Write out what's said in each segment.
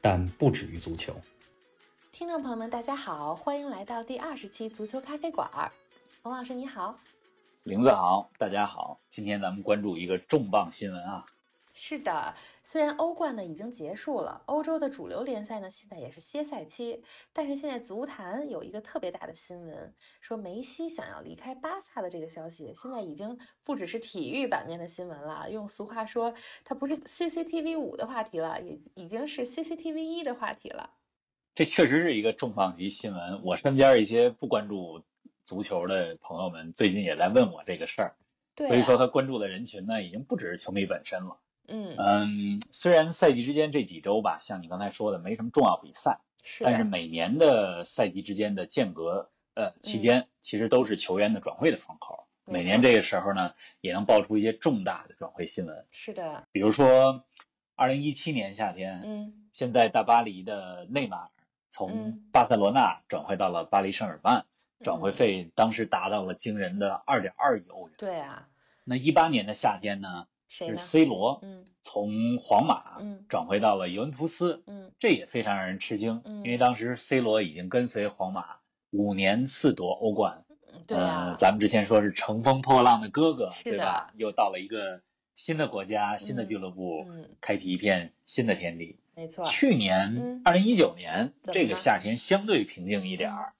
但不止于足球。听众朋友们，大家好，欢迎来到第二十期足球咖啡馆儿。冯老师你好，玲子好，大家好，今天咱们关注一个重磅新闻啊，是的，虽然欧冠呢已经结束了，欧洲的主流联赛呢现在也是歇赛期，但是现在足坛有一个特别大的新闻，说梅西想要离开巴萨的这个消息，现在已经不只是体育版面的新闻了。用俗话说，它不是 CCTV 五的话题了，也已经是 CCTV 一的话题了。这确实是一个重磅级新闻。我身边一些不关注足球的朋友们，最近也在问我这个事儿，对、啊，所以说他关注的人群呢，已经不只是球迷本身了。嗯，嗯，虽然赛季之间这几周吧，像你刚才说的，没什么重要比赛，是的，但是每年的赛季之间的间隔呃期间，其实都是球员的转会的窗嗯口。没错每年这个时候呢，也能爆出一些重大的转会新闻，是的，比如说，二零一七年夏天，嗯现在大巴黎的内马尔从嗯巴塞罗那转会到了巴黎圣日耳曼，转会费当时达到了惊人的二点二亿欧元。对啊，那一八年的夏天呢，谁是呢？ C 罗嗯从皇马嗯转会到了尤文图斯，嗯，这也非常让人吃惊，嗯因为当时 C 罗已经跟随皇马五年四夺欧冠，对啊呃，，咱们之前说是乘风破浪的哥哥，是的对吧？又到了一个新的国家、新的嗯俱乐部，嗯，开辟一片新的天地。没错，去嗯年二零一九年怎么这个了夏天相对平静一点儿，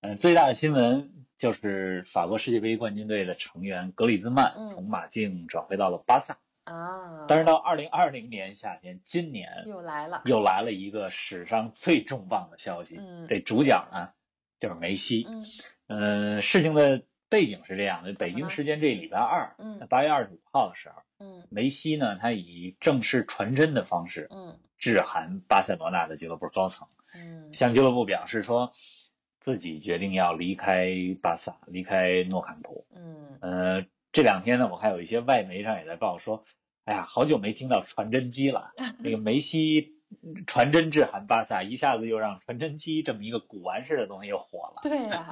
嗯、最大的新闻就是法国世界杯冠军队的成员格里兹嗯曼从马竞转回到了巴萨。啊，但是到二零二零年夏天，今年又来了，又来了一个史上最重磅的消息，嗯这主角呢就是梅西。嗯嗯、事情的背景是这样怎的：么北京了时间这礼拜二，嗯八月二十五号的时候，嗯梅西呢他以正式传真的方式嗯致函巴塞罗那的俱乐部高层。嗯，向俱乐部表示说，自己决定要离开巴萨，离开诺坎普。嗯呃，这两天呢，我看有一些外媒上也在报说，哎呀，好久没听到传真 机了。那个梅西传真致函巴萨，一下子又让传真机这么一个古玩式的东西又火了。对呀、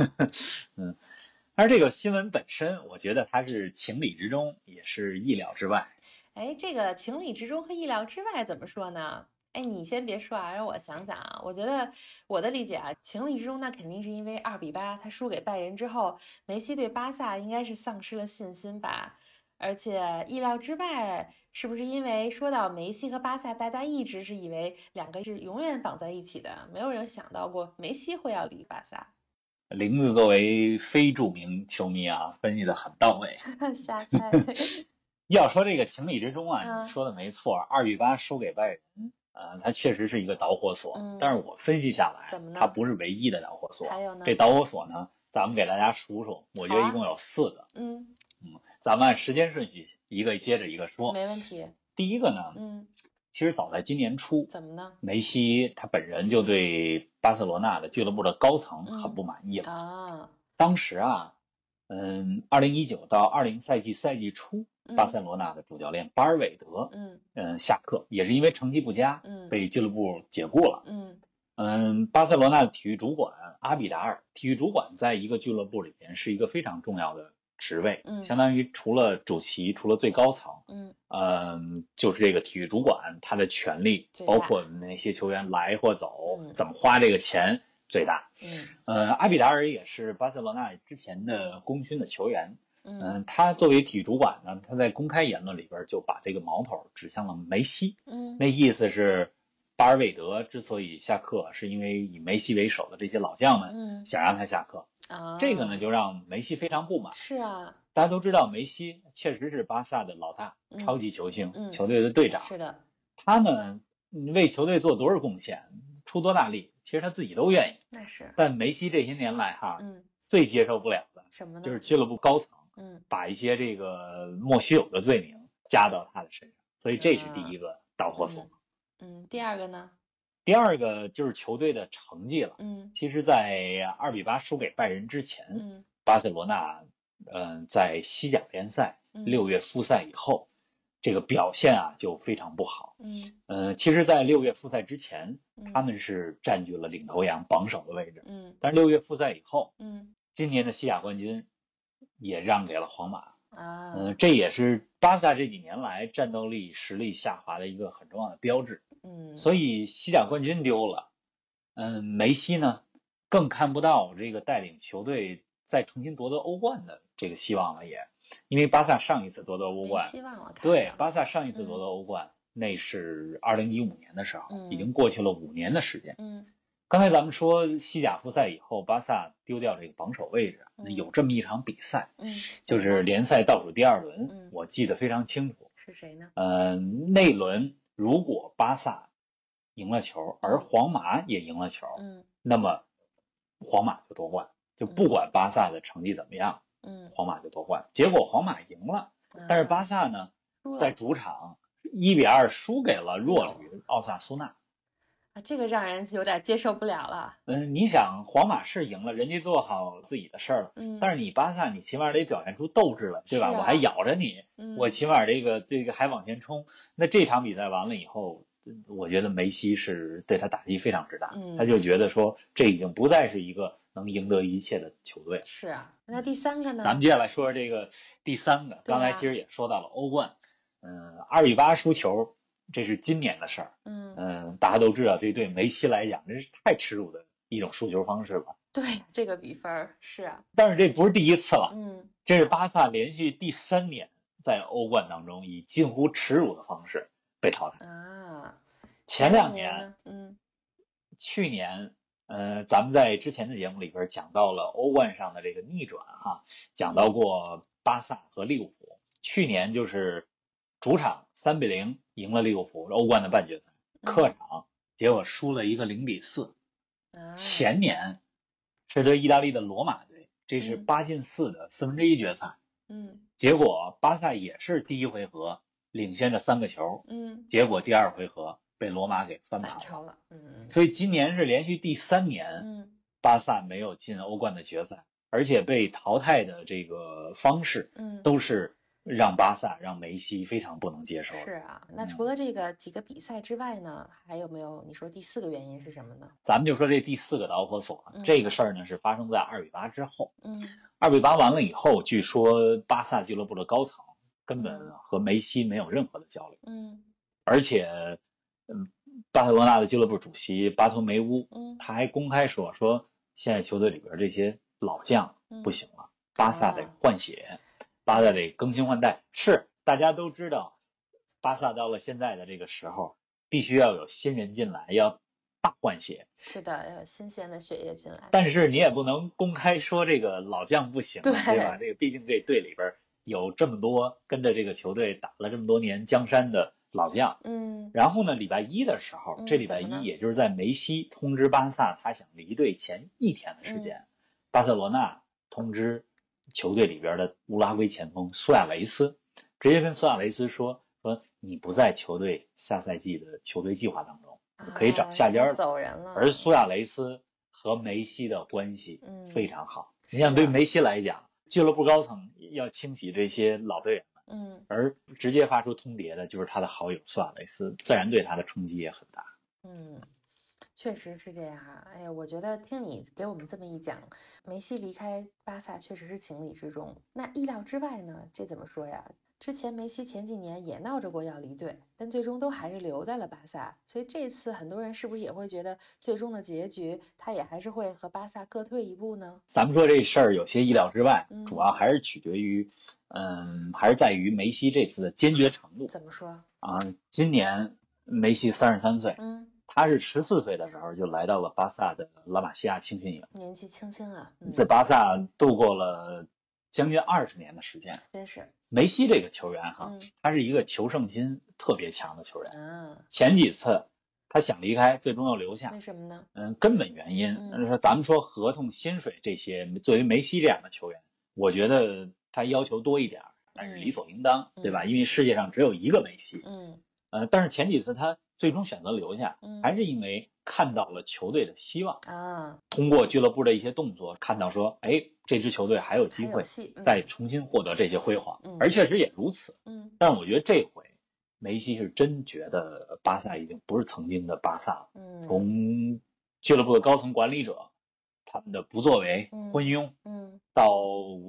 而这个新闻本身，我觉得它是情理之中，也是意料之外。哎，这个情理之中和意料之外怎么说呢？哎，你先别说啊，让我想想啊。我觉得我的理解啊，情理之中，那肯定是因为二比八他输给拜仁之后，梅西对巴萨应该是丧失了信心吧。而且意料之外，是不是因为说到梅西和巴萨，大家一直是以为两个是永远绑在一起的，没有人想到过梅西会要离巴萨。 玲子作为非著名球迷啊，分析的很到 位。瞎猜，要说这个情理之中啊，嗯你说的没错，二比八输给拜仁，呃，它确实是一个导火索。嗯但是我分析下来怎么，呢它不是唯一的导火索。还有呢？这导火索呢，咱们给大家数数，我嗯觉好得啊一共有四个，嗯，咱们按时间顺序一个接着一个说。没问题。第一个呢，嗯，其实早在今年初，怎么呢？梅西他本人就对巴塞罗那的俱乐部的高层嗯很不满意了。啊，当时啊，嗯，二零一九到二零赛季赛季初，嗯巴塞罗那的主教练巴尔韦德，嗯嗯，下课，也是因为成绩不佳，嗯被俱乐部解雇了。嗯嗯，巴塞罗那的体育主管阿比达尔，体育主管在一个俱乐部里边是一个非常重要的职位，嗯相当于除了主席，除了最高层，嗯嗯，就是这个体育主管他的权利最，大包括那些球员来或走，嗯怎么花这个钱最大。嗯呃，阿比达尔也是巴塞罗那之前的功勋的球员，嗯嗯，他作为体育主管呢，他在公开言论里边就把这个矛头指向了梅西。嗯那意思是，巴尔韦德之所以下课，是因为以梅西为首的这些老将们嗯想让他下课。啊，这个呢，就让梅西非常不满。是啊，大家都知道，梅西确实是巴萨的老大、嗯超级球嗯星、球队的队长。是的，他呢，为球队做多少贡献，出多大力，其实他自己都愿意。那是，但梅西这些年来哈，嗯，最接受不了的什么呢？就是俱乐部高层嗯把一些这个莫须有的啊罪名加到他的身上，所以这是第一个导火索。嗯，第二个呢？第二个就是球队的成绩了。嗯其实，在二比八输给拜仁之前，嗯巴塞罗那，嗯、在西甲联赛嗯，六月复赛以后，这个表现啊就非常不好。嗯嗯、其实，在六月复赛之前，嗯他们是占据了领头羊榜首的位置，嗯但是六月复赛以后，嗯今年的西甲冠军也让给了皇马。啊嗯、这也是巴萨这几年来战斗力、实力下滑的一个很重要的标志。嗯，所以西甲冠军丢了，嗯，梅西呢更看不到这个带领球队再重新夺得欧冠的这个希望了也，因为巴萨上一次夺得欧没冠，希望了，看嗯对着，巴萨上一次夺得欧冠，那是二零一五年的时候，嗯已经过去了五年的时间。嗯刚才咱们说西甲复赛以后，巴萨丢掉这个榜首位置，那嗯有这么一场比赛，嗯，怎就么是办联赛倒数第二轮，嗯我记得非常清楚。是谁呢？呃，那轮如果巴萨赢了球，而皇马也赢了球，嗯那么皇马就夺冠，就不管巴萨的成绩怎么样，嗯，啊皇马就夺冠。结果皇马赢了，但是巴萨呢，输了在主场一比二输给了弱嗯旅奥萨苏纳。啊，这个让人有点接受不了了。嗯，你想，皇马是赢了，人家做好自己的事儿了，嗯，但是你巴萨，你起码得表现出斗志了，对吧？是啊我还咬着你，嗯我起码这个这个还往前冲。那这场比赛完了以后，我觉得梅西是对他打击非常之大，嗯他就觉得说这已经不再是一个能赢得一切的球队。是啊，那第三个呢？咱们接下来说说这个第三个，对啊刚才其实也说到了欧冠，嗯，二比八输球，这是今年的事儿。嗯，嗯，大家都知道，这对梅西来讲，这是太耻辱的一种输球方式了。对，这个比分儿是啊，但是这不是第一次了，嗯这是巴萨连续第三年在欧冠当中以近乎耻辱的方式被淘汰。啊，前两年年，呢，嗯去年，呃，咱们在之前的节目里边讲到了欧冠上的这个逆转哈、讲到过巴萨和利物浦。去年就是主场三比零赢了利物浦，欧冠的半决赛，嗯客场结果输了一个零比四。啊，前年是对意大利的罗马队，这是嗯八进四的四分之一决赛。嗯结果巴萨也是第一回合领先着三个球，嗯，结果第二回合被罗马给翻反盘了。超了，嗯所以今年是连续第三年嗯巴萨没有进欧冠的决赛，而且被淘汰的这个方式嗯，都是让巴萨、让梅西非常不能接受是的。啊。那嗯除了这个几个比赛之外呢，还有没有？你说第四个原因是什么呢？咱们就说这第四个导火索啊嗯，这个事儿呢是发生在二比八之后。嗯二比八完了以后，据说巴萨俱乐部的高层根本嗯和梅西没有任何的交流。嗯而且，嗯，巴塞罗那的俱乐部主席巴托梅乌嗯他还公开说说，现在球队里边这些老将嗯，不行了，巴萨得啊换血，巴萨得更新换代。是大家都知道，巴萨到了现在的这个时候，必须要有新人进来，要大换血。是的，要有新鲜的血液进来。但是你也不能公开说这个老将不行了，对对吧？这个毕竟这队里边有这么多跟着这个球队打了这么多年江山的老将。嗯然后呢，礼拜一的时候，嗯这礼拜怎么呢一也就是在梅西通知巴萨他想离队前一天的时嗯间，巴塞罗那通知球队里边的乌拉圭前锋苏亚雷斯，直接跟苏亚雷斯说说你不在球队下赛季的球队计划当中，可以找啊下家要了。走人了。而苏亚雷斯和梅西的关系嗯非常好，是你想对啊梅西来讲，俱乐部高层要清洗这些老队员。嗯而直接发出通牒的就是他的好友苏亚雷斯，自然对他的冲击也很大。嗯，确实是这样啊。哎呀，我觉得听你给我们这么一讲，梅西离开巴萨确实是情理之中。那意料之外呢？这怎么说呀？之前梅西前几年也闹着过要离队，但最终都还是留在了巴萨。所以这次很多人是不是也会觉得，最终的结局他也还是会和巴萨各退一步呢？咱们说这事儿有些意料之外嗯，主要还是取决于，嗯，还是在于梅西这次的坚决程度怎么说？啊。今年梅西三十三岁，嗯，他是十四岁的时候就来到了巴萨的拉玛西亚青训营，年纪轻轻啊，嗯，在巴萨度过了将近二十年的时间。真是，梅西这个球员哈，嗯他是一个求胜心特别强的球员。啊，前几次他想离开，最终又留下为，什么呢？嗯，根本原因，嗯就是咱们说合同、薪水这些，作为梅西这样的球员，我觉得他要求多一点儿，但是理所应当，嗯对吧？因为世界上只有一个梅西。嗯呃，但是前几次他最终选择留下，嗯，还是因为看到了球队的希望，啊，通过俱乐部的一些动作，看到说，哎，这支球队还有还机有会戏，嗯再重新获得这些辉煌，嗯而确实也如此。嗯但是我觉得这回梅西是真觉得巴萨已经不是曾经的巴萨了，嗯，从俱乐部的高层管理者他们的不作为嗯、昏庸，嗯到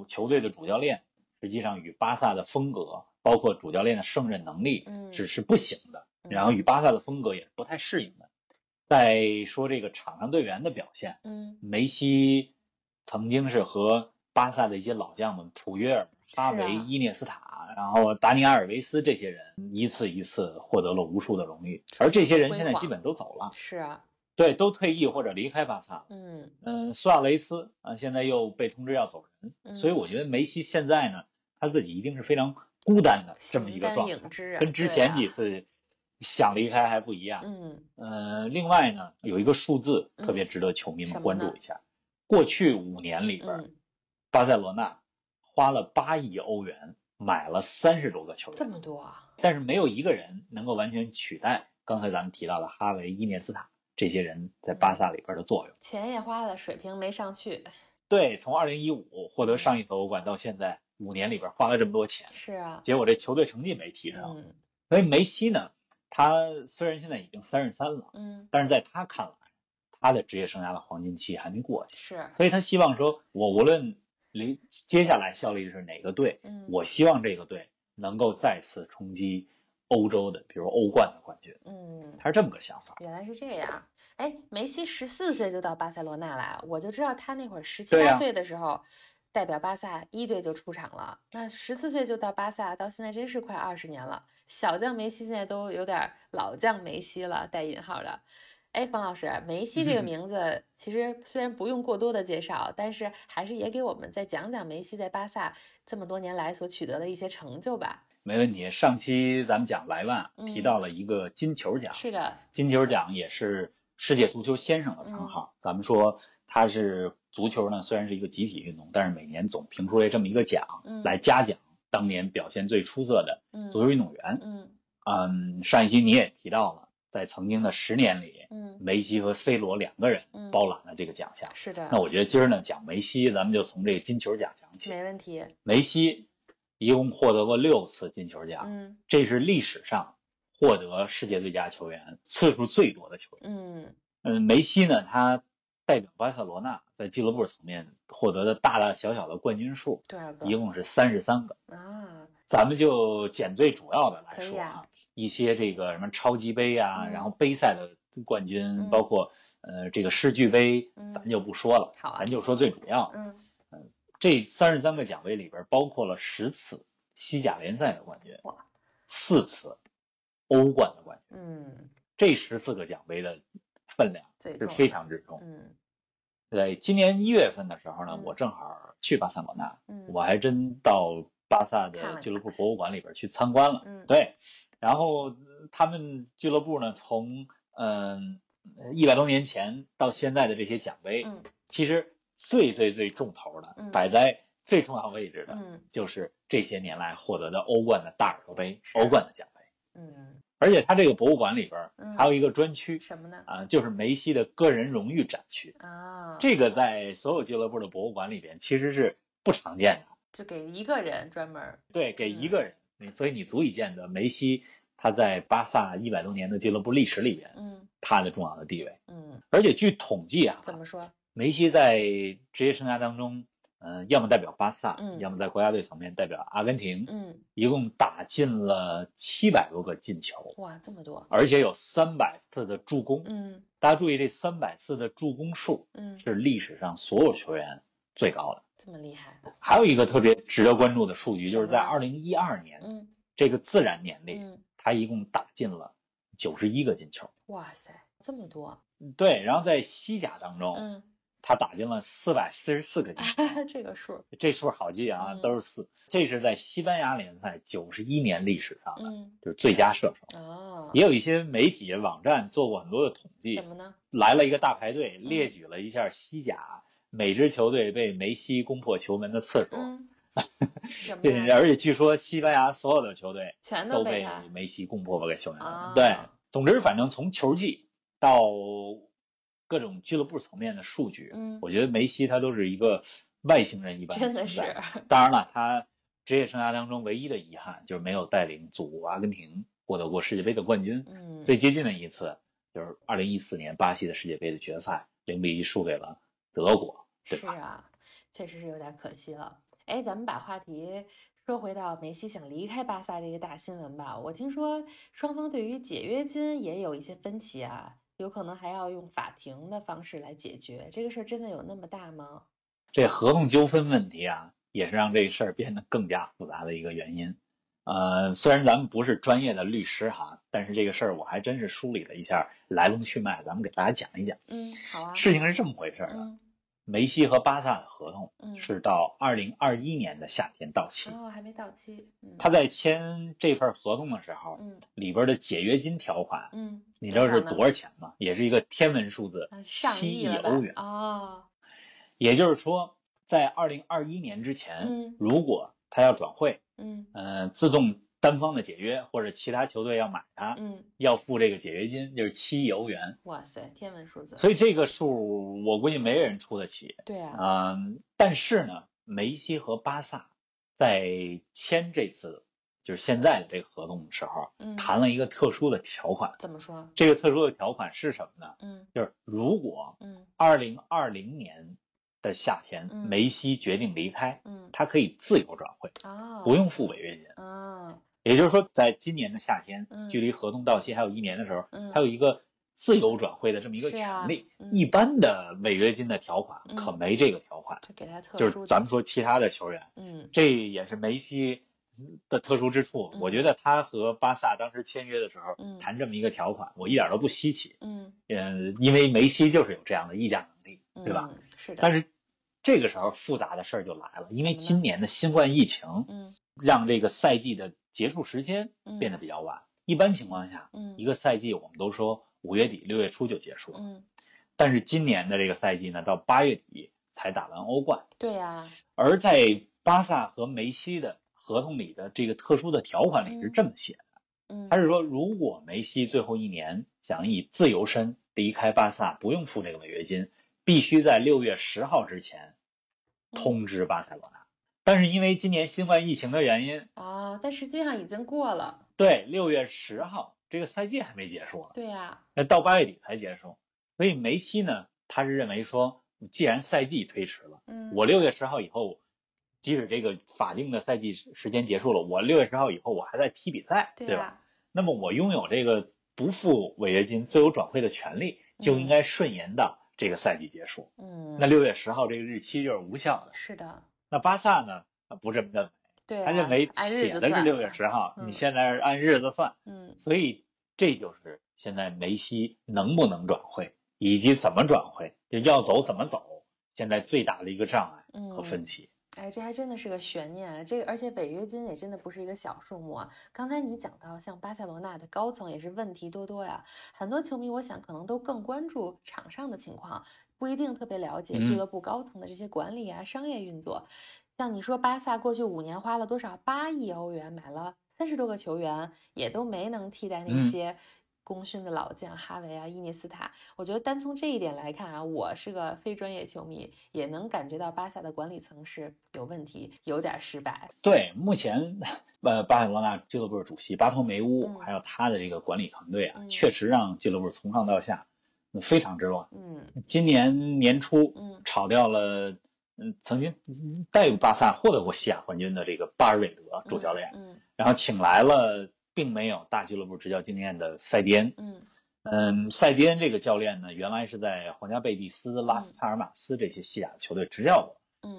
球队的主教练，实际上与巴萨的风格，包括主教练的胜任能力嗯是是不行的，嗯然后与巴萨的风格也是不太适应的。再说这个场上队员的表现，嗯梅西曾经是和巴萨的一些老将们，普约尔、哈维、啊伊涅斯塔，然后达尼阿尔维斯这些人，一次一次获得了无数的荣誉，而这些人现在基本都走了，是啊，对，都退役或者离开巴萨了。嗯嗯，苏亚雷斯啊，现在又被通知要走人，嗯，所以我觉得梅西现在呢，他自己一定是非常孤单的这么一形个单状态，影只啊跟之对前啊几次想离开还不一样。嗯呃，另外呢，有一个数字特别嗯值得球迷什么们关呢注一下，过去五年里边，嗯，巴塞罗那花了八亿欧元买了三十多个球这员，么多啊，但是没有一个人能够完全取代刚才咱们提到的哈维、伊涅斯塔这些人在巴萨里边的作用。钱也花了，水平没上去，对，从二零一五获得嗯上一次欧冠到现在五年里边花了这么多钱，是啊，结果这球队成绩没提上。嗯所以梅西呢，他虽然现在已经三十三了，嗯但是在他看来，他的职业生涯的黄金期还没过去，是，所以他希望说，我无论离接下来效力的是哪个队，嗯我希望这个队能够再次冲击欧洲的，比如欧冠的冠军，嗯。他是这么个想法。原来是这样，哎，梅西十四岁就到巴塞罗那来，我就知道他那会儿十七对八呀岁的时候，代表巴萨一队就出场了。那十四岁就到巴萨，到现在真是快二十年了。小将梅西现在都有点儿老将梅西了，带引号的。哎，方老师，梅嗯西这个名字其实虽然不用过多的介绍，但是还是也给我们再讲讲梅西在巴萨这么多年来所取得的一些成就吧。没问题。上期咱们讲莱万啊嗯提到了一个金球奖，是的，金球奖也是世界足球先生的称嗯号。咱们说它是足球呢，虽然是一个集体运动，但是每年总评出来这么一个奖、嗯来嘉奖当年表现最出色的嗯足球运动员。嗯嗯，上一期你也提到了，在曾经的十年里，嗯，梅西和 C 罗两个人嗯包揽了这个奖项。是的，那我觉得今儿呢讲梅西，咱们就从这个金球奖讲起。没问题。梅西一共获得过六次金球奖，嗯这是历史上获得世界最佳球员次数最多的球员。嗯。嗯，梅西呢，他代表巴塞罗那在俱乐部层面获得的大大小小的冠军数，多少个一共是三十三个。啊？咱们就捡最主要的来可以说啊啊，一些这个什么超级杯啊，嗯然后杯赛的冠军，嗯包括呃这个世俱杯，嗯咱就不说了，好啊咱就说最主要的。嗯，这三十三个奖位里边包括了十次西甲联赛的冠军哇，四次欧冠的冠军，嗯，这十四个奖杯的分量最是重非要常之重。嗯对，今年一月份的时候呢，嗯我正好去巴塞罗那，嗯，我还真到巴萨看了的看俱乐部博物馆里边去参观了。嗯对，然后呃他们俱乐部呢，从嗯一百多年前到现在的这些奖杯，嗯其实最最最重头的，嗯摆在最重要位置的，嗯就是这些年来获得的欧冠的大耳朵杯、是欧冠的奖杯。嗯而且它这个博物馆里边嗯，还有一个专区什么呢？啊、就是梅西的个人荣誉展区。啊，这个在所有俱乐部的博物馆里边其实是不常见的。就给一个人专门儿，对，给一嗯个人，你所以你足以见得梅西他在巴萨一百多年的俱乐部历史里边，嗯他的重要的地位。嗯，而且据统计啊，怎么说？梅西在职业生涯当中，呃，要么代表巴萨，嗯要么在国家队层面代表阿根廷，嗯，一共打进了七百多个进球，哇，这么多，而且有三百次的助攻。嗯大家注意，这三百次的助攻数嗯，是历史上所有球员最高的。这么厉害，还有一个特别值得关注的数据，就是在什么二零一二年、嗯这个自然年里，嗯，他一共打进了九十一个进球。哇塞，这么多，对，然后在西甲当中，嗯， 他打进了四百四十四个进球，这个数儿，这数好记啊，嗯都是四。这是在西班牙联赛九十一年历史上的，嗯就是最佳射手。啊，也有一些媒体网站做过很多的统计哦怎，么嗯呢？来了一个大排队，列举了一下西甲每支球队被梅西攻破球门的次数。 嗯，什么对，呀？而且据说西班牙所有的球队全都被被他梅西攻破过球门。啊，对，总之，反正从球技到各种俱乐部层面的数据，嗯我觉得梅西他都是一个外星人一般真的存在是，当然了，他职业生涯当中唯一的遗憾就是没有带领祖国阿根廷获得过世界杯的冠军。嗯，最接近的一次就是二零一四年巴西的世界杯的决赛，零比一输给了德国，对是吧？啊，确实是有点可惜了。哎，咱们把话题说回到梅西想离开巴萨这个大新闻吧。我听说双方对于解约金也有一些分歧啊，有可能还要用法庭的方式来解决。这个事儿真的有那么大吗？这合同纠纷问题啊，也是让这事儿变得更加复杂的一个原因。呃，虽然咱们不是专业的律师哈，但是这个事儿我还真是梳理了一下来龙去脉，咱们给大家讲一讲。嗯，好啊，事情是这么回事儿的：嗯梅西和巴萨的合同嗯，是到二零二一年的夏天到期。哦，还没到期，嗯，他在签这份合同的时候，嗯里边的解约金条款，嗯，你知道呢是多少钱吗？也是一个天文数字啊，上七亿亿了欧元。吧？哦，也就是说，在二零二一年之前，嗯如果他要转会，嗯呃，自动单方的解约，或者其他球队要买他，嗯，要付这个解约金，就是七亿欧元。哇塞，天文数字，所以这个数我估计没人出得起。对啊，嗯，但是呢，梅西和巴萨在签这次就是现在的这个合同的时候，嗯，谈了一个特殊的条款。怎么说？这个特殊的条款是什么呢？嗯就是如果嗯二零二零年的夏天，嗯梅西决定离开，嗯，他可以自由转会，哦，不用付违约金。啊，也就是说，在今年的夏天嗯，距离合同到期还有一年的时候，嗯，他有一个自由转会的这么一个是啊权利。嗯一般的违约金的条款嗯可没这个条款，就给他特就是殊咱的们说其他的球员，嗯这也是梅西的特殊之处。嗯我觉得他和巴萨当时签约的时候嗯谈这么一个条款，我一点都不稀奇。嗯，嗯，因为梅西就是有这样的议价能力，对吧？嗯？是的，但是这个时候复杂的事儿就来了，因为怎么了今年的新冠疫情嗯让这个赛季的结束时间嗯变得比较晚。一般情况下，嗯一个赛季我们都说五月底六月初就结束了，嗯，但是今年的这个赛季呢，到八月底才打完欧冠。对呀，而在巴萨和梅西的合同里的这个特殊的条款里是这么写的，嗯，他是说，如果梅西最后一年想以自由身离开巴萨，不用付这个违约金，必须在六月十号之前通知巴塞罗那。但是因为今年新冠疫情的原因，啊，但实际上已经过了，对，六月十号这个赛季还没结束呢，对呀，那到八月底才结束，所以梅西呢，他是认为说，既然赛季推迟了，嗯，我六月十号以后，即使这个法定的赛季时时间结束了，我六月十号以后我还在踢比赛，对啊对吧？呀，那么我拥有这个不付违约金、自由转会的权利，就应该顺延到这个赛季结束。嗯，那六月十号这个日期就是无效的。是的，那巴萨呢？不这么认为，对啊，他认为按日写子的是算六月，十号，嗯你现在是按日子算，嗯所以这就是现在梅西能不能转会，以及怎么转会，就要走怎么走，现在最大的一个障碍嗯，和分歧。哎，这还真的是个悬念啊！这个，而且违约金也真的不是一个小数目啊。刚才你讲到，像巴塞罗那的高层也是问题多多呀。很多球迷，我想可能都更关注场上的情况，不一定特别了解俱嗯乐部高层的这些管理啊、商业运作。像你说，巴萨过去五年花了多少？八亿欧元买了三十多个球员，也都没能替代那嗯些功勋的老将哈维啊、伊涅斯塔。我觉得单从这一点来看啊，我是个非专业球迷，也能感觉到巴萨的管理层是有问题，有点儿失败。对，目前呃，巴塞罗那俱乐部主席巴托梅乌，嗯还有他的这个管理团队啊，嗯确实让俱乐部从上到下嗯非常之乱。嗯今年年初嗯炒掉了，嗯，曾经嗯带领巴萨获得过西甲冠军的这个巴尔韦德主教练，嗯然后请来了并没有大俱乐部执教经验的塞蒂恩。嗯嗯，塞蒂恩这个教练呢，原来是在皇家贝蒂斯、拉斯帕尔马斯这些西甲球队执教嗯嗯过。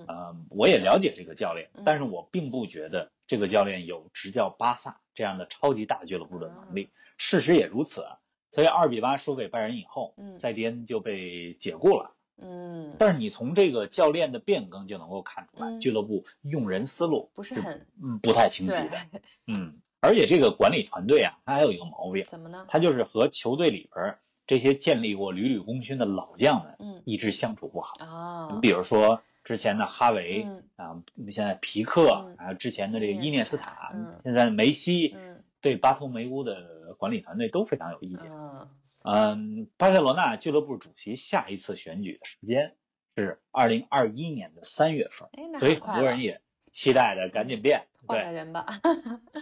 嗯，我也了解这个教练嗯，但是我并不觉得这个教练有执教巴萨这样的超级大俱乐部的能啊力。事实也如此啊。所以二比八输给拜仁以后，嗯塞蒂恩就被解雇了。嗯，但是你从这个教练的变更就能够看出来，嗯俱乐部用人思路不是很嗯不太清晰对的。，嗯，而且这个管理团队啊，他还有一个毛病，怎么呢？他就是和球队里边儿这些建立过屡屡功勋的老将们嗯一直相处不好。啊你，比如说之前的哈维，嗯啊，现在皮克嗯，还有之前的这个伊伊涅涅斯斯塔塔嗯，现在梅西，嗯对巴托梅乌的管理团队都非常有意见。嗯嗯，巴塞罗那俱乐部主席下一次选举的时间是二零二一年的三月份，哎，那所以很很快多了人也期待着赶紧变。换个对，嗯人吧。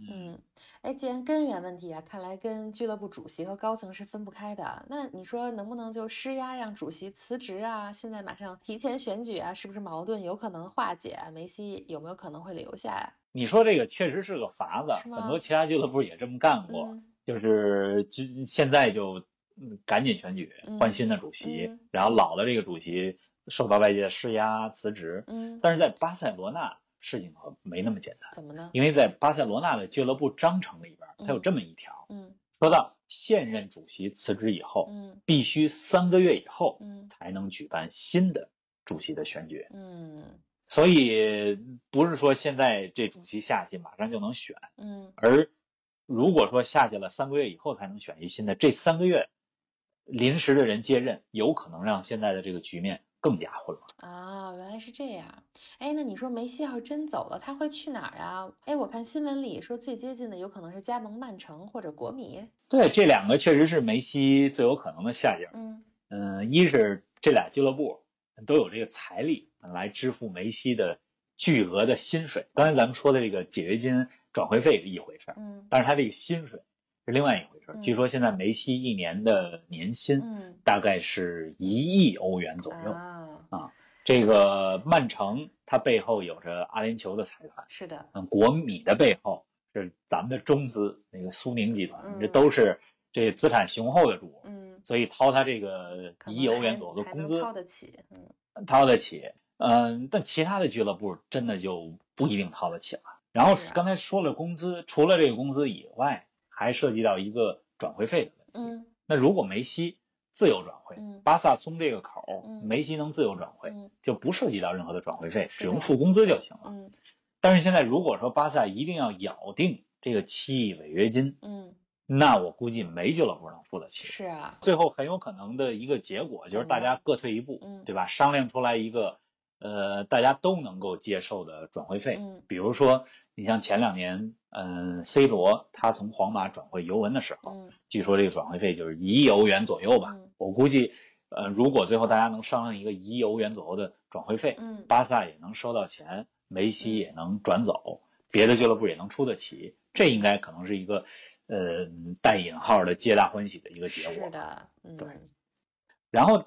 嗯，哎，既然根源问题啊，看来跟俱乐部主席和高层是分不开的。啊那你说能不能就施压让主席辞职啊？现在马上提前选举啊，是不是矛盾有可能化解啊？梅西有没有可能会留下呀、你说这个确实是个法子，是吗很多其他俱乐部也这么干过，嗯就是就现在就嗯赶紧选举嗯换新的主席，嗯然后老的这个主席受到外界施压辞职。嗯，但是在巴塞罗那事情可没那么简单，怎么呢？因为在巴塞罗那的俱乐部章程里边，嗯它有这么一条，嗯说到现任主席辞职以后，嗯必须三个月以后嗯才能举办新的主席的选举。嗯所以不是说现在这主席下去马上就能选，嗯而如果说下去了三个月以后才能选一新的，这三个月临时的人接任，有可能让现在的这个局面更加混乱。啊，原来是这样。哎，那你说梅西要是真走了，他会去哪儿啊？哎，我看新闻里说最接近的有可能是加盟曼城或者国米。对，这两个确实是梅西最有可能的下家。嗯嗯，一是这俩俱乐部都有这个财力来支付梅西的巨额的薪水。刚才咱们说的这个解约金、转会费是一回事儿，嗯但是他这个薪水是另外一回事儿。嗯据说现在梅西一年的年薪嗯大概是一亿欧元左右。啊，这个曼城它背后有着阿联酋的财团，是的，嗯，国米的背后是咱们的中资那个苏宁集团，嗯这都是这资产雄厚的主。嗯。所以掏他这个可一能欧元还左右的还工能资，掏得起，嗯掏得起，嗯，但其他的俱乐部真的就不一定掏得起了。然后是啊刚才说了工资，除了这个工资以外，还涉及到一个转会费的问题。嗯那如果梅西自由转会，嗯巴萨松这个口儿，嗯梅西能自由转会，啊嗯就不涉及到任何的转会费，是只用的付工资就行了。嗯但是现在如果说巴萨一定要咬定这个七亿违约金，嗯，那我估计没俱乐部能付得起。是啊，最后很有可能的一个结果就是大明家白各退一步，嗯对吧？商量出来一个呃大家都能够接受的转会费。嗯比如说，你像前两年，嗯、c 罗他从皇马转会尤文的时候，嗯据说这个转会费就是一亿欧元左右吧。嗯我估计，呃，如果最后大家能商量一个一亿欧元左右的转会费，嗯，巴萨也能收到钱，梅西嗯也能转走，别的俱乐部也能出得起。这应该可能是一个，呃，带引号的皆大欢喜的一个结果。啊是的，嗯对然后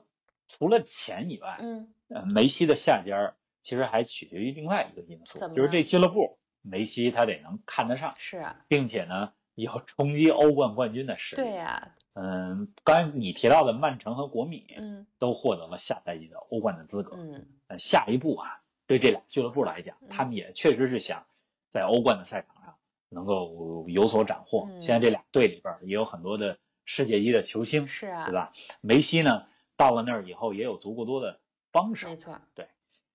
除了钱以外，嗯呃，梅西的下家儿其实还取决于另外一个因素怎，么就是呢这俱乐部梅西他得能看得上，是啊，并且呢有冲击欧冠冠军的实力。对呀，嗯，刚才你提到的曼城和国米嗯都获得了下赛季的欧冠的资格。嗯呃，下一步啊，对这俩俱乐部来讲，嗯他们也确实是想在欧冠的赛场上能够有所斩获。嗯现在这俩队里边儿也有很多的世界级的球星，是啊对，吧？梅西呢，到了那儿以后也有足够多的帮手没。错儿，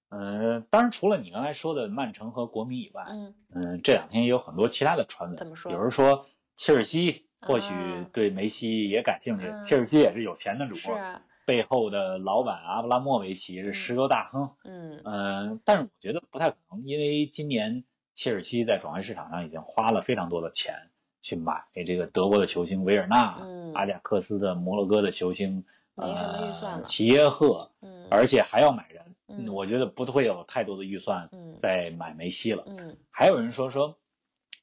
嗯、当然除了你刚才说的曼城和国米以外，嗯嗯、这两天也有很多其他的传闻，怎么说比如说切尔西或许啊对梅西也感兴趣，嗯切尔西也是有钱的主是播，啊，背后的老板阿布拉莫维奇是嗯石油大亨。嗯嗯、但是我觉得不太可能，因为今年切尔西在转会市场上已经花了非常多的钱去买这个德国的球星维尔纳、嗯阿贾克斯的摩洛哥的球星，没什么预呃算了齐耶赫，嗯，而且还要买人，嗯我觉得不会有太多的预算嗯再买梅西了。嗯还有人说说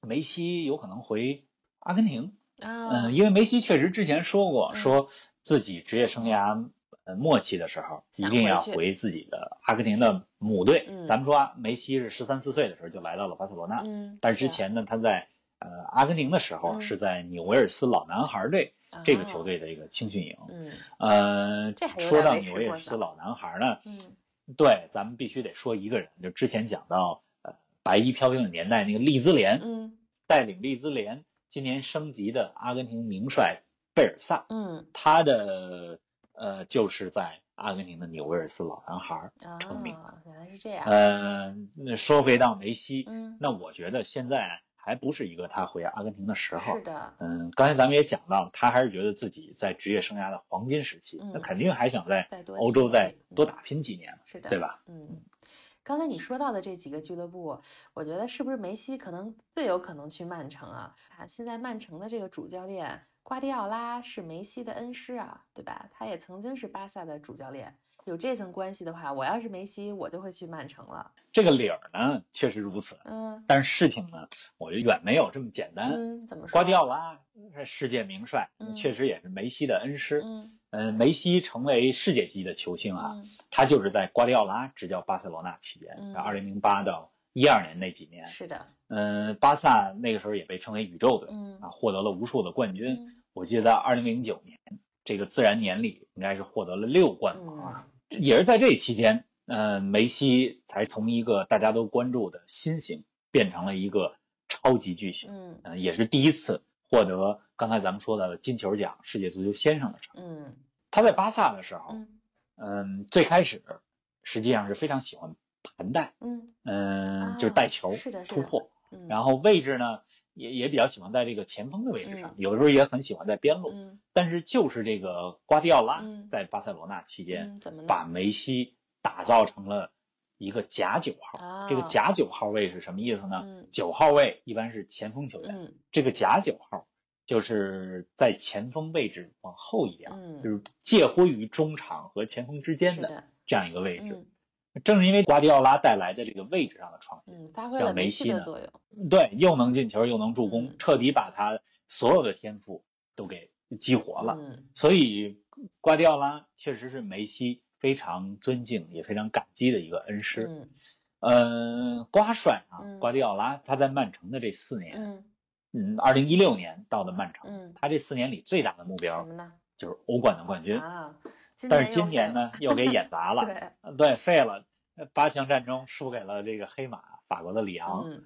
梅西有可能回阿根廷，啊嗯，，因为梅西确实之前说过，嗯说自己职业生涯呃末期的时候，一想定回要去回自己的阿根廷的母队。嗯咱们说啊梅西是十三四岁的时候就来到了巴塞罗那，嗯，但是之啊前呢，他在呃阿根廷的时候嗯是在纽维尔斯老男孩队这个球，啊队的一个青训营。嗯呃这还，有说点到为纽时维过尔斯早老男孩呢，嗯对，咱们必须得说一个人，就之前讲到呃白衣飘飘的年代那个利兹联，嗯带领利兹联今年升级的阿根廷名帅贝尔萨，嗯他的呃就是在阿根廷的纽维尔斯老男孩儿。成名啊，原来是这样，呃，那说回到梅西，嗯，那我觉得现在还不是一个他回阿根廷的时是候。的，嗯，刚才咱们也讲到，他还是觉得自己在职业生涯的黄金时期，嗯那肯定还想在再多欧几洲年再嗯多打拼几年，是的，对？吧？嗯，刚才你说到的这几个俱乐部，我觉得是不是梅西可能最有可能去曼城啊？啊，现在曼城的这个主教练瓜迪奥拉是梅西的恩师啊，对吧？他也曾经是巴萨的主教练，有这层关系的话，我要是梅西，我就会去曼城了。这个理儿呢，确实如此。嗯但是事情呢，我觉得远没有这么简单。嗯，怎么说？瓜迪奥拉是世界名帅，嗯确实也是梅西的恩师。嗯嗯，梅西成为世界级的球星啊，嗯他就是在瓜迪奥拉执教巴塞罗那期间嗯，二零零八到一二年那几年，是的，嗯，巴萨那个时候也被称为宇宙队嗯啊，获得了无数的冠军。嗯我记得在二零零九年这个自然年里，应该是获得了六冠王啊。嗯也是在这期间，呃，梅西才从一个大家都关注的新星变成了一个超级巨星，嗯嗯、也是第一次获得刚才咱们说到的金球奖、世界足球先生的称号。嗯他在巴萨的时候，嗯嗯、最开始实际上是非常喜欢盘带，嗯嗯、啊就是带球是的是突的破，嗯，然后位置呢也也比较喜欢在这个前锋的位置上，嗯有的时候也很喜欢在边路，嗯但是就是这个瓜迪奥拉嗯在巴塞罗那期间。嗯，怎么呢？把梅西打造成了一个假九号。啊，这个假九号位是什么意思呢？嗯九号位一般是前锋球员，嗯这个假九号就是在前锋位置往后一点，就嗯，是介乎于中场和前锋之间是的的，这样一个位置。嗯正是因为瓜迪奥拉带来的这个位置上的创新，嗯，发挥让了梅梅西西的呢作用，对，又能进球又能嗯助攻，彻底把他所有的天赋都给激活了。嗯所以瓜迪奥拉确实是梅西非常尊敬也非常感激的一个恩师。嗯嗯、呃，瓜帅啊嗯，瓜迪奥拉他在曼城的这四年，嗯嗯，二零一六年到的曼城，嗯，他这四年里最大的目什标么呢？就是欧冠的冠军。啊，但是又今年没呢，又给演砸有？了，对，呃对，废了。呃八强战中输给了这个黑马法国的里昂，嗯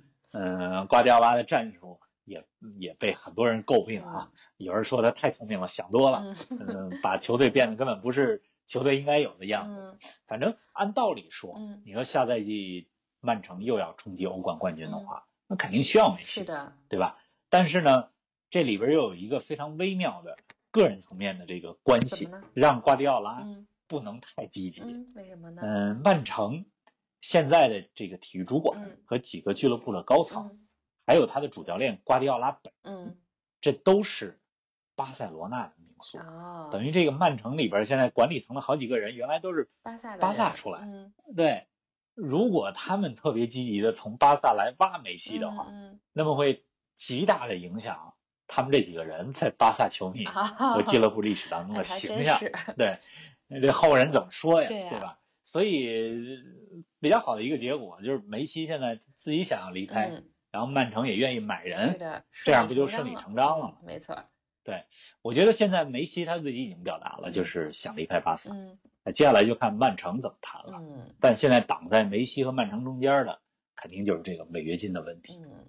嗯，瓜迪奥拉的战术也也被很多人诟病啊，有人说他太聪明了，想多了，嗯嗯，把球队变得根本不是球队应该有的样子。嗯反正按道理说，嗯，你说下赛季曼城又要冲击欧冠冠军的话，那肯定需要梅是西，的，对吧？但是呢，这里边又有一个非常微妙的个人层面的这个关怎系么呢，让瓜迪奥拉嗯不能太积极。嗯，为什么呢？啊嗯，曼城现在的这个体育主管嗯和几个俱乐部的高层，嗯还有他的主教练瓜迪奥拉本，嗯这都是巴塞罗那的名宿。哦，等于这个曼城里边儿现在管理层的好几个人原来都是巴萨的巴萨人出来嗯对，如果他们特别积极的从巴萨来挖梅西的话，嗯那么会极大的影响他们这几个人在巴萨球迷嗯啊，和俱乐部历史当中哎还的形真象。是对，这后人怎么说呀？对啊吧？所以比较好的一个结果就是梅西现在自己想要离开，嗯，然后曼城也愿意买是人。的，这样不就顺理成章了了？嗯没错儿，我觉得现在梅西他自己已经表达了，就是想离开巴萨。嗯那接下来就看曼城怎么谈了。嗯。但现在挡在梅西和曼城中间的，肯定就是这个违约金的问题。嗯，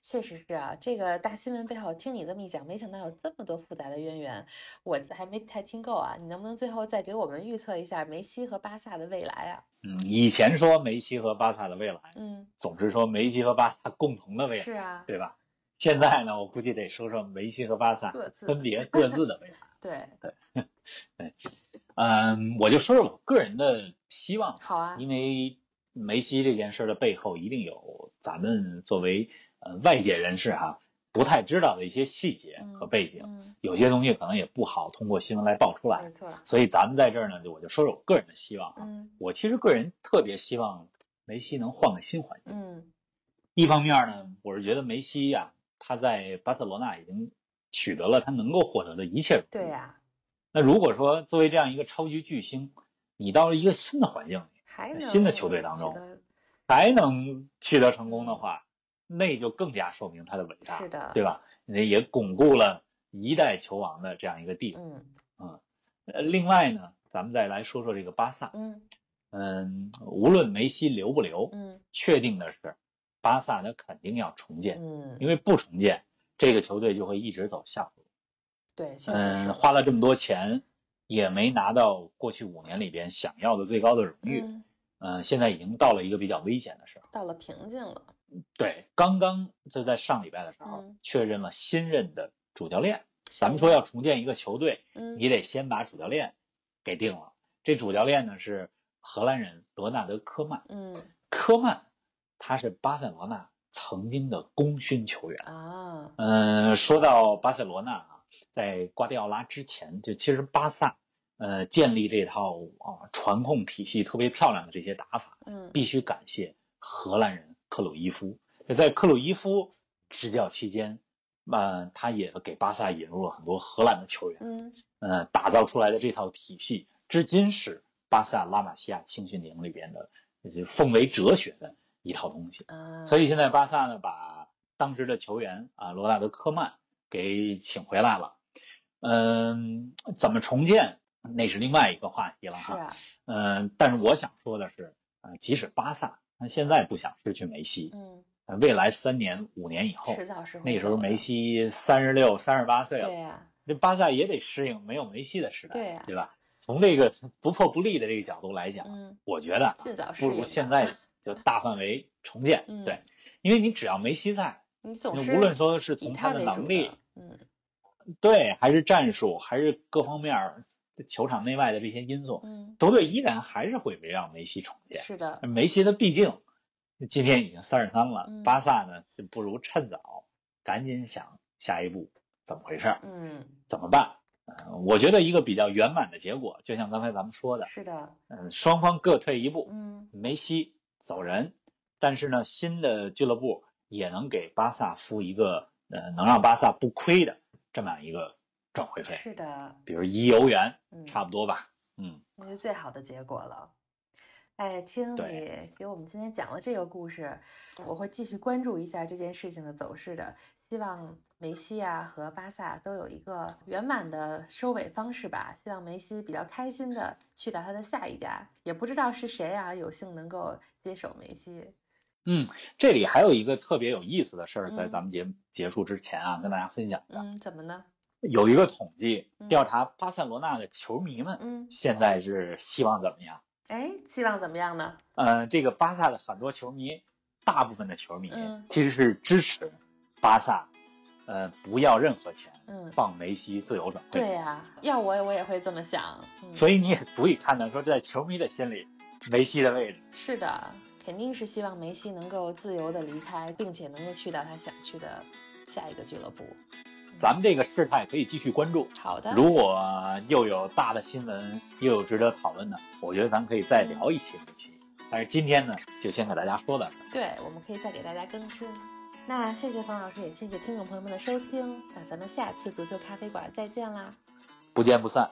确实是啊，这个大新闻背后，听你这么一讲，没想到有这么多复杂的渊源，我还没太听够啊。你能不能最后再给我们预测一下梅西和巴萨的未来啊？嗯，以前说梅西和巴萨的未来，嗯，总是说梅西和巴萨共同的未是来，啊，对吧？现在呢，我估计得说说梅西和巴萨各自分别各自的未来。对， 嗯，我就说说我个人的希望，好啊，因为梅西这件事的背后一定有咱们作为呃外界人士哈、不太知道的一些细节和背景，嗯，有些东西可能也不好通过新闻来爆出来。没错儿，所以咱们在这儿呢，就我就说说我个人的希望啊。嗯我其实个人特别希望梅西能换个新环境。嗯一方面呢，我是觉得梅西呀、他在巴塞罗那已经取得了他能够获得的一切荣誉。对啊呀、那如果说作为这样一个超级巨星，你到了一个新的环境里，还能新的球队当中取得还能取得成功的话，那就更加说明他的伟大，是的，对吧？也巩固了一代球王的这样一个地位。嗯呃，另外呢，咱们再来说说这个巴萨。嗯嗯，无论梅西留不留，嗯确定的是，巴萨他肯定要重建，嗯，因为不重建，这个球队就会一直走下坡路。对，确实嗯，是，花了这么多钱，也没拿到过去五年里边想要的最高的荣誉。嗯，嗯，现在已经到了一个比较危险的时候。到了瓶颈了，对，刚刚就在上礼拜的时候、嗯确认了新任的主教练。咱们谁说呢要重建一个球队，嗯你得先把主教练给定了。这主教练呢是荷兰人罗纳德·科曼。嗯科曼，他是巴塞罗那曾经的功勋球员。啊呃嗯，说到巴塞罗那啊，在瓜迪奥拉之前，就其实巴萨呃建立这套啊传控体系特别漂亮的这些打法，嗯必须感谢荷兰人克鲁伊夫。就在克鲁伊夫执教期间，呃，他也给巴萨引入了很多荷兰的球员，嗯呃，打造出来的这套体系，至今是巴萨拉玛西亚青训营里边的，就是奉为哲学的一套东西。啊，所以现在巴萨呢，把当时的球员啊罗纳德科曼给请回来了。嗯，怎么重建那是另外一个话题了是哈。啊，嗯，但是我想说的是，呃，即使巴萨那现在不想失去梅西，嗯，呃未来三年、五年以后，迟早是会那时候走的梅西三十六、三十八岁了对，呀，这巴萨也得适应没有梅西的时代，对呀吧？从这个不破不立的这个角度来讲，嗯，我觉得啊尽早适不应如吧。现在就大范围重建， 嗯对，因为你只要梅西在，你总那是无论说是以从他他为的主能力的，，嗯对，还是战术，还是各方面儿球场内外的这些因素，嗯，球队依然还是会围绕梅西重建。是的，梅西他毕竟今年已经三十三了嗯，巴萨呢就不如趁早赶紧想下一步怎么回事儿。嗯，怎么办？呃，我觉得一个比较圆满的结果，就像刚才咱们说的，是的，嗯、双方各退一步，嗯梅西走人，但是呢，新的俱乐部也能给巴萨付一个呃，能让巴萨不亏的这么样一个转会费，是的，比如一欧元，嗯，差不多吧。嗯，那是最好的结果了。哎，听对嗯你给我们今天讲了这个故事，我会继续关注一下这件事情的走势的。希望梅西啊和巴萨都有一个圆满的收尾方式吧。希望梅西比较开心的去到他的下一家，也不知道是谁啊有幸能够接手梅西。嗯，这里还有一个特别有意思的事儿，在嗯咱们节目结束之前啊，跟大家分享一下。嗯，怎么呢？有一个统计嗯调查巴塞罗那的球迷们嗯，现在是希望怎么样？哎，希望怎么样呢？呃，这个巴萨的很多球迷，大部分的球迷嗯其实是支持巴萨，呃，不要任何钱嗯，放梅西自由转会，对呀、要我我也会这么想。嗯，所以你也足以看到说，在球迷的心里，梅西的位置，是的，肯定是希望梅西能够自由的离开，并且能够去到他想去的下一个俱乐部。咱们这个事态可以继续关注。好的，如果又有大的新闻，又有值得讨论的，我觉得咱们可以再聊一期梅西。但是今天呢，就先给大家说到这儿。对，我们可以再给大家更新。那谢谢冯老师，也谢谢听众朋友们的收听，那咱们下次足球咖啡馆再见啦。不见不散。